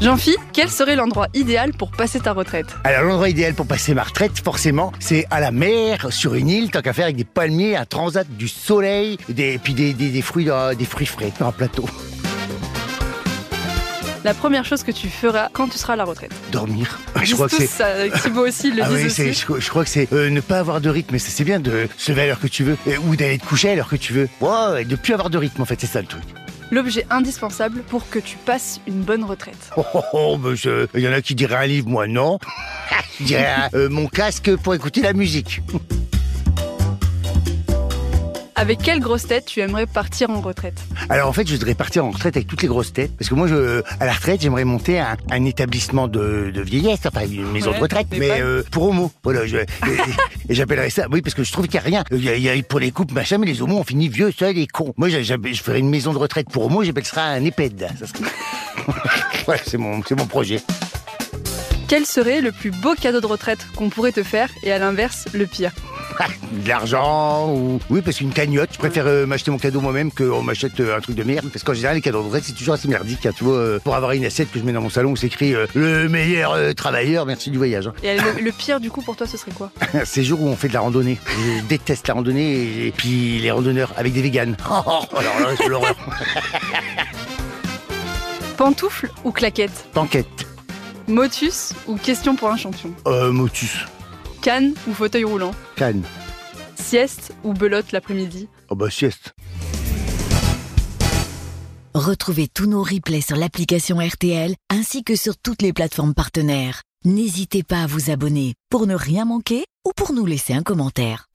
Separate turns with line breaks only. Jean-Phi, quel serait l'endroit idéal pour passer ta retraite
Alors l'endroit idéal pour passer ma retraite, forcément, c'est à la mer, sur une île, tant qu'à faire avec des palmiers, un transat, du soleil, des, et puis des, des- des fruits, dans- des fruits frais, dans un plateau.
La première chose que tu feras quand tu seras à la retraite.
Dormir.
Ils
Bah, Je crois que
disent
c'est.
tous ça, Thibaut aussi le
Ah
disent
oui, c'est-
aussi.
je, je crois que c'est euh, ne pas avoir de rythme, et ça c'est bien de se lever à l'heure que tu veux, et- ou d'aller te coucher à l'heure que tu veux. Ouais, et de plus avoir de rythme en fait, c'est ça le truc.
L'objet indispensable pour que tu passes une bonne retraite.
Oh, oh, oh, monsieur, il y en a qui diraient un livre, moi non. Je dirais euh, mon casque pour écouter la musique.
Avec quelle grosse tête tu aimerais partir en retraite
Alors en fait, je voudrais partir en retraite avec toutes les grosses têtes, parce que moi, je, à la retraite, j'aimerais monter un, un établissement de, de vieillesse, enfin une maison
Ouais,
de retraite,
mais
mais
pas-
euh, pour homo. Voilà, je- et, et j'appellerais ça. Oui, parce que je trouve qu'il n'y a rien. Il y a- il y a- pour les couples, machin, mais les homos, on finit vieux, seuls et cons. Moi, j'a- j'appelle- je ferais une maison de retraite pour homo, j'appelle ça un épède. Ça serait- voilà, c'est mon, c'est mon projet.
Quel serait le plus beau cadeau de retraite qu'on pourrait te faire et à l'inverse, le pire
de l'argent ou oui parce qu'une cagnotte je préfère euh, m'acheter mon cadeau moi-même qu'on m'achète euh, un truc de merde parce qu'en général les cadeaux de retraite c'est toujours assez merdique hein, tu vois euh, pour avoir une assiette que je mets dans mon salon où s'écrit euh, le meilleur euh, travailleur merci du voyage hein.
Et le, le pire du coup pour toi, ce serait quoi
ces jours où on fait de la randonnée je déteste la randonnée et, et puis les randonneurs avec des véganes oh, oh, alors là c'est l'horreur
Pantoufle ou claquette
T'enquête
Motus ou question pour un champion
euh, motus
Canne ou fauteuil roulant
canne
Sieste ou belote l'après-midi
oh bah sieste
Retrouvez tous nos replays sur l'application RTL ainsi que sur toutes les plateformes partenaires. N'hésitez pas à vous abonner pour ne rien manquer ou pour nous laisser un commentaire.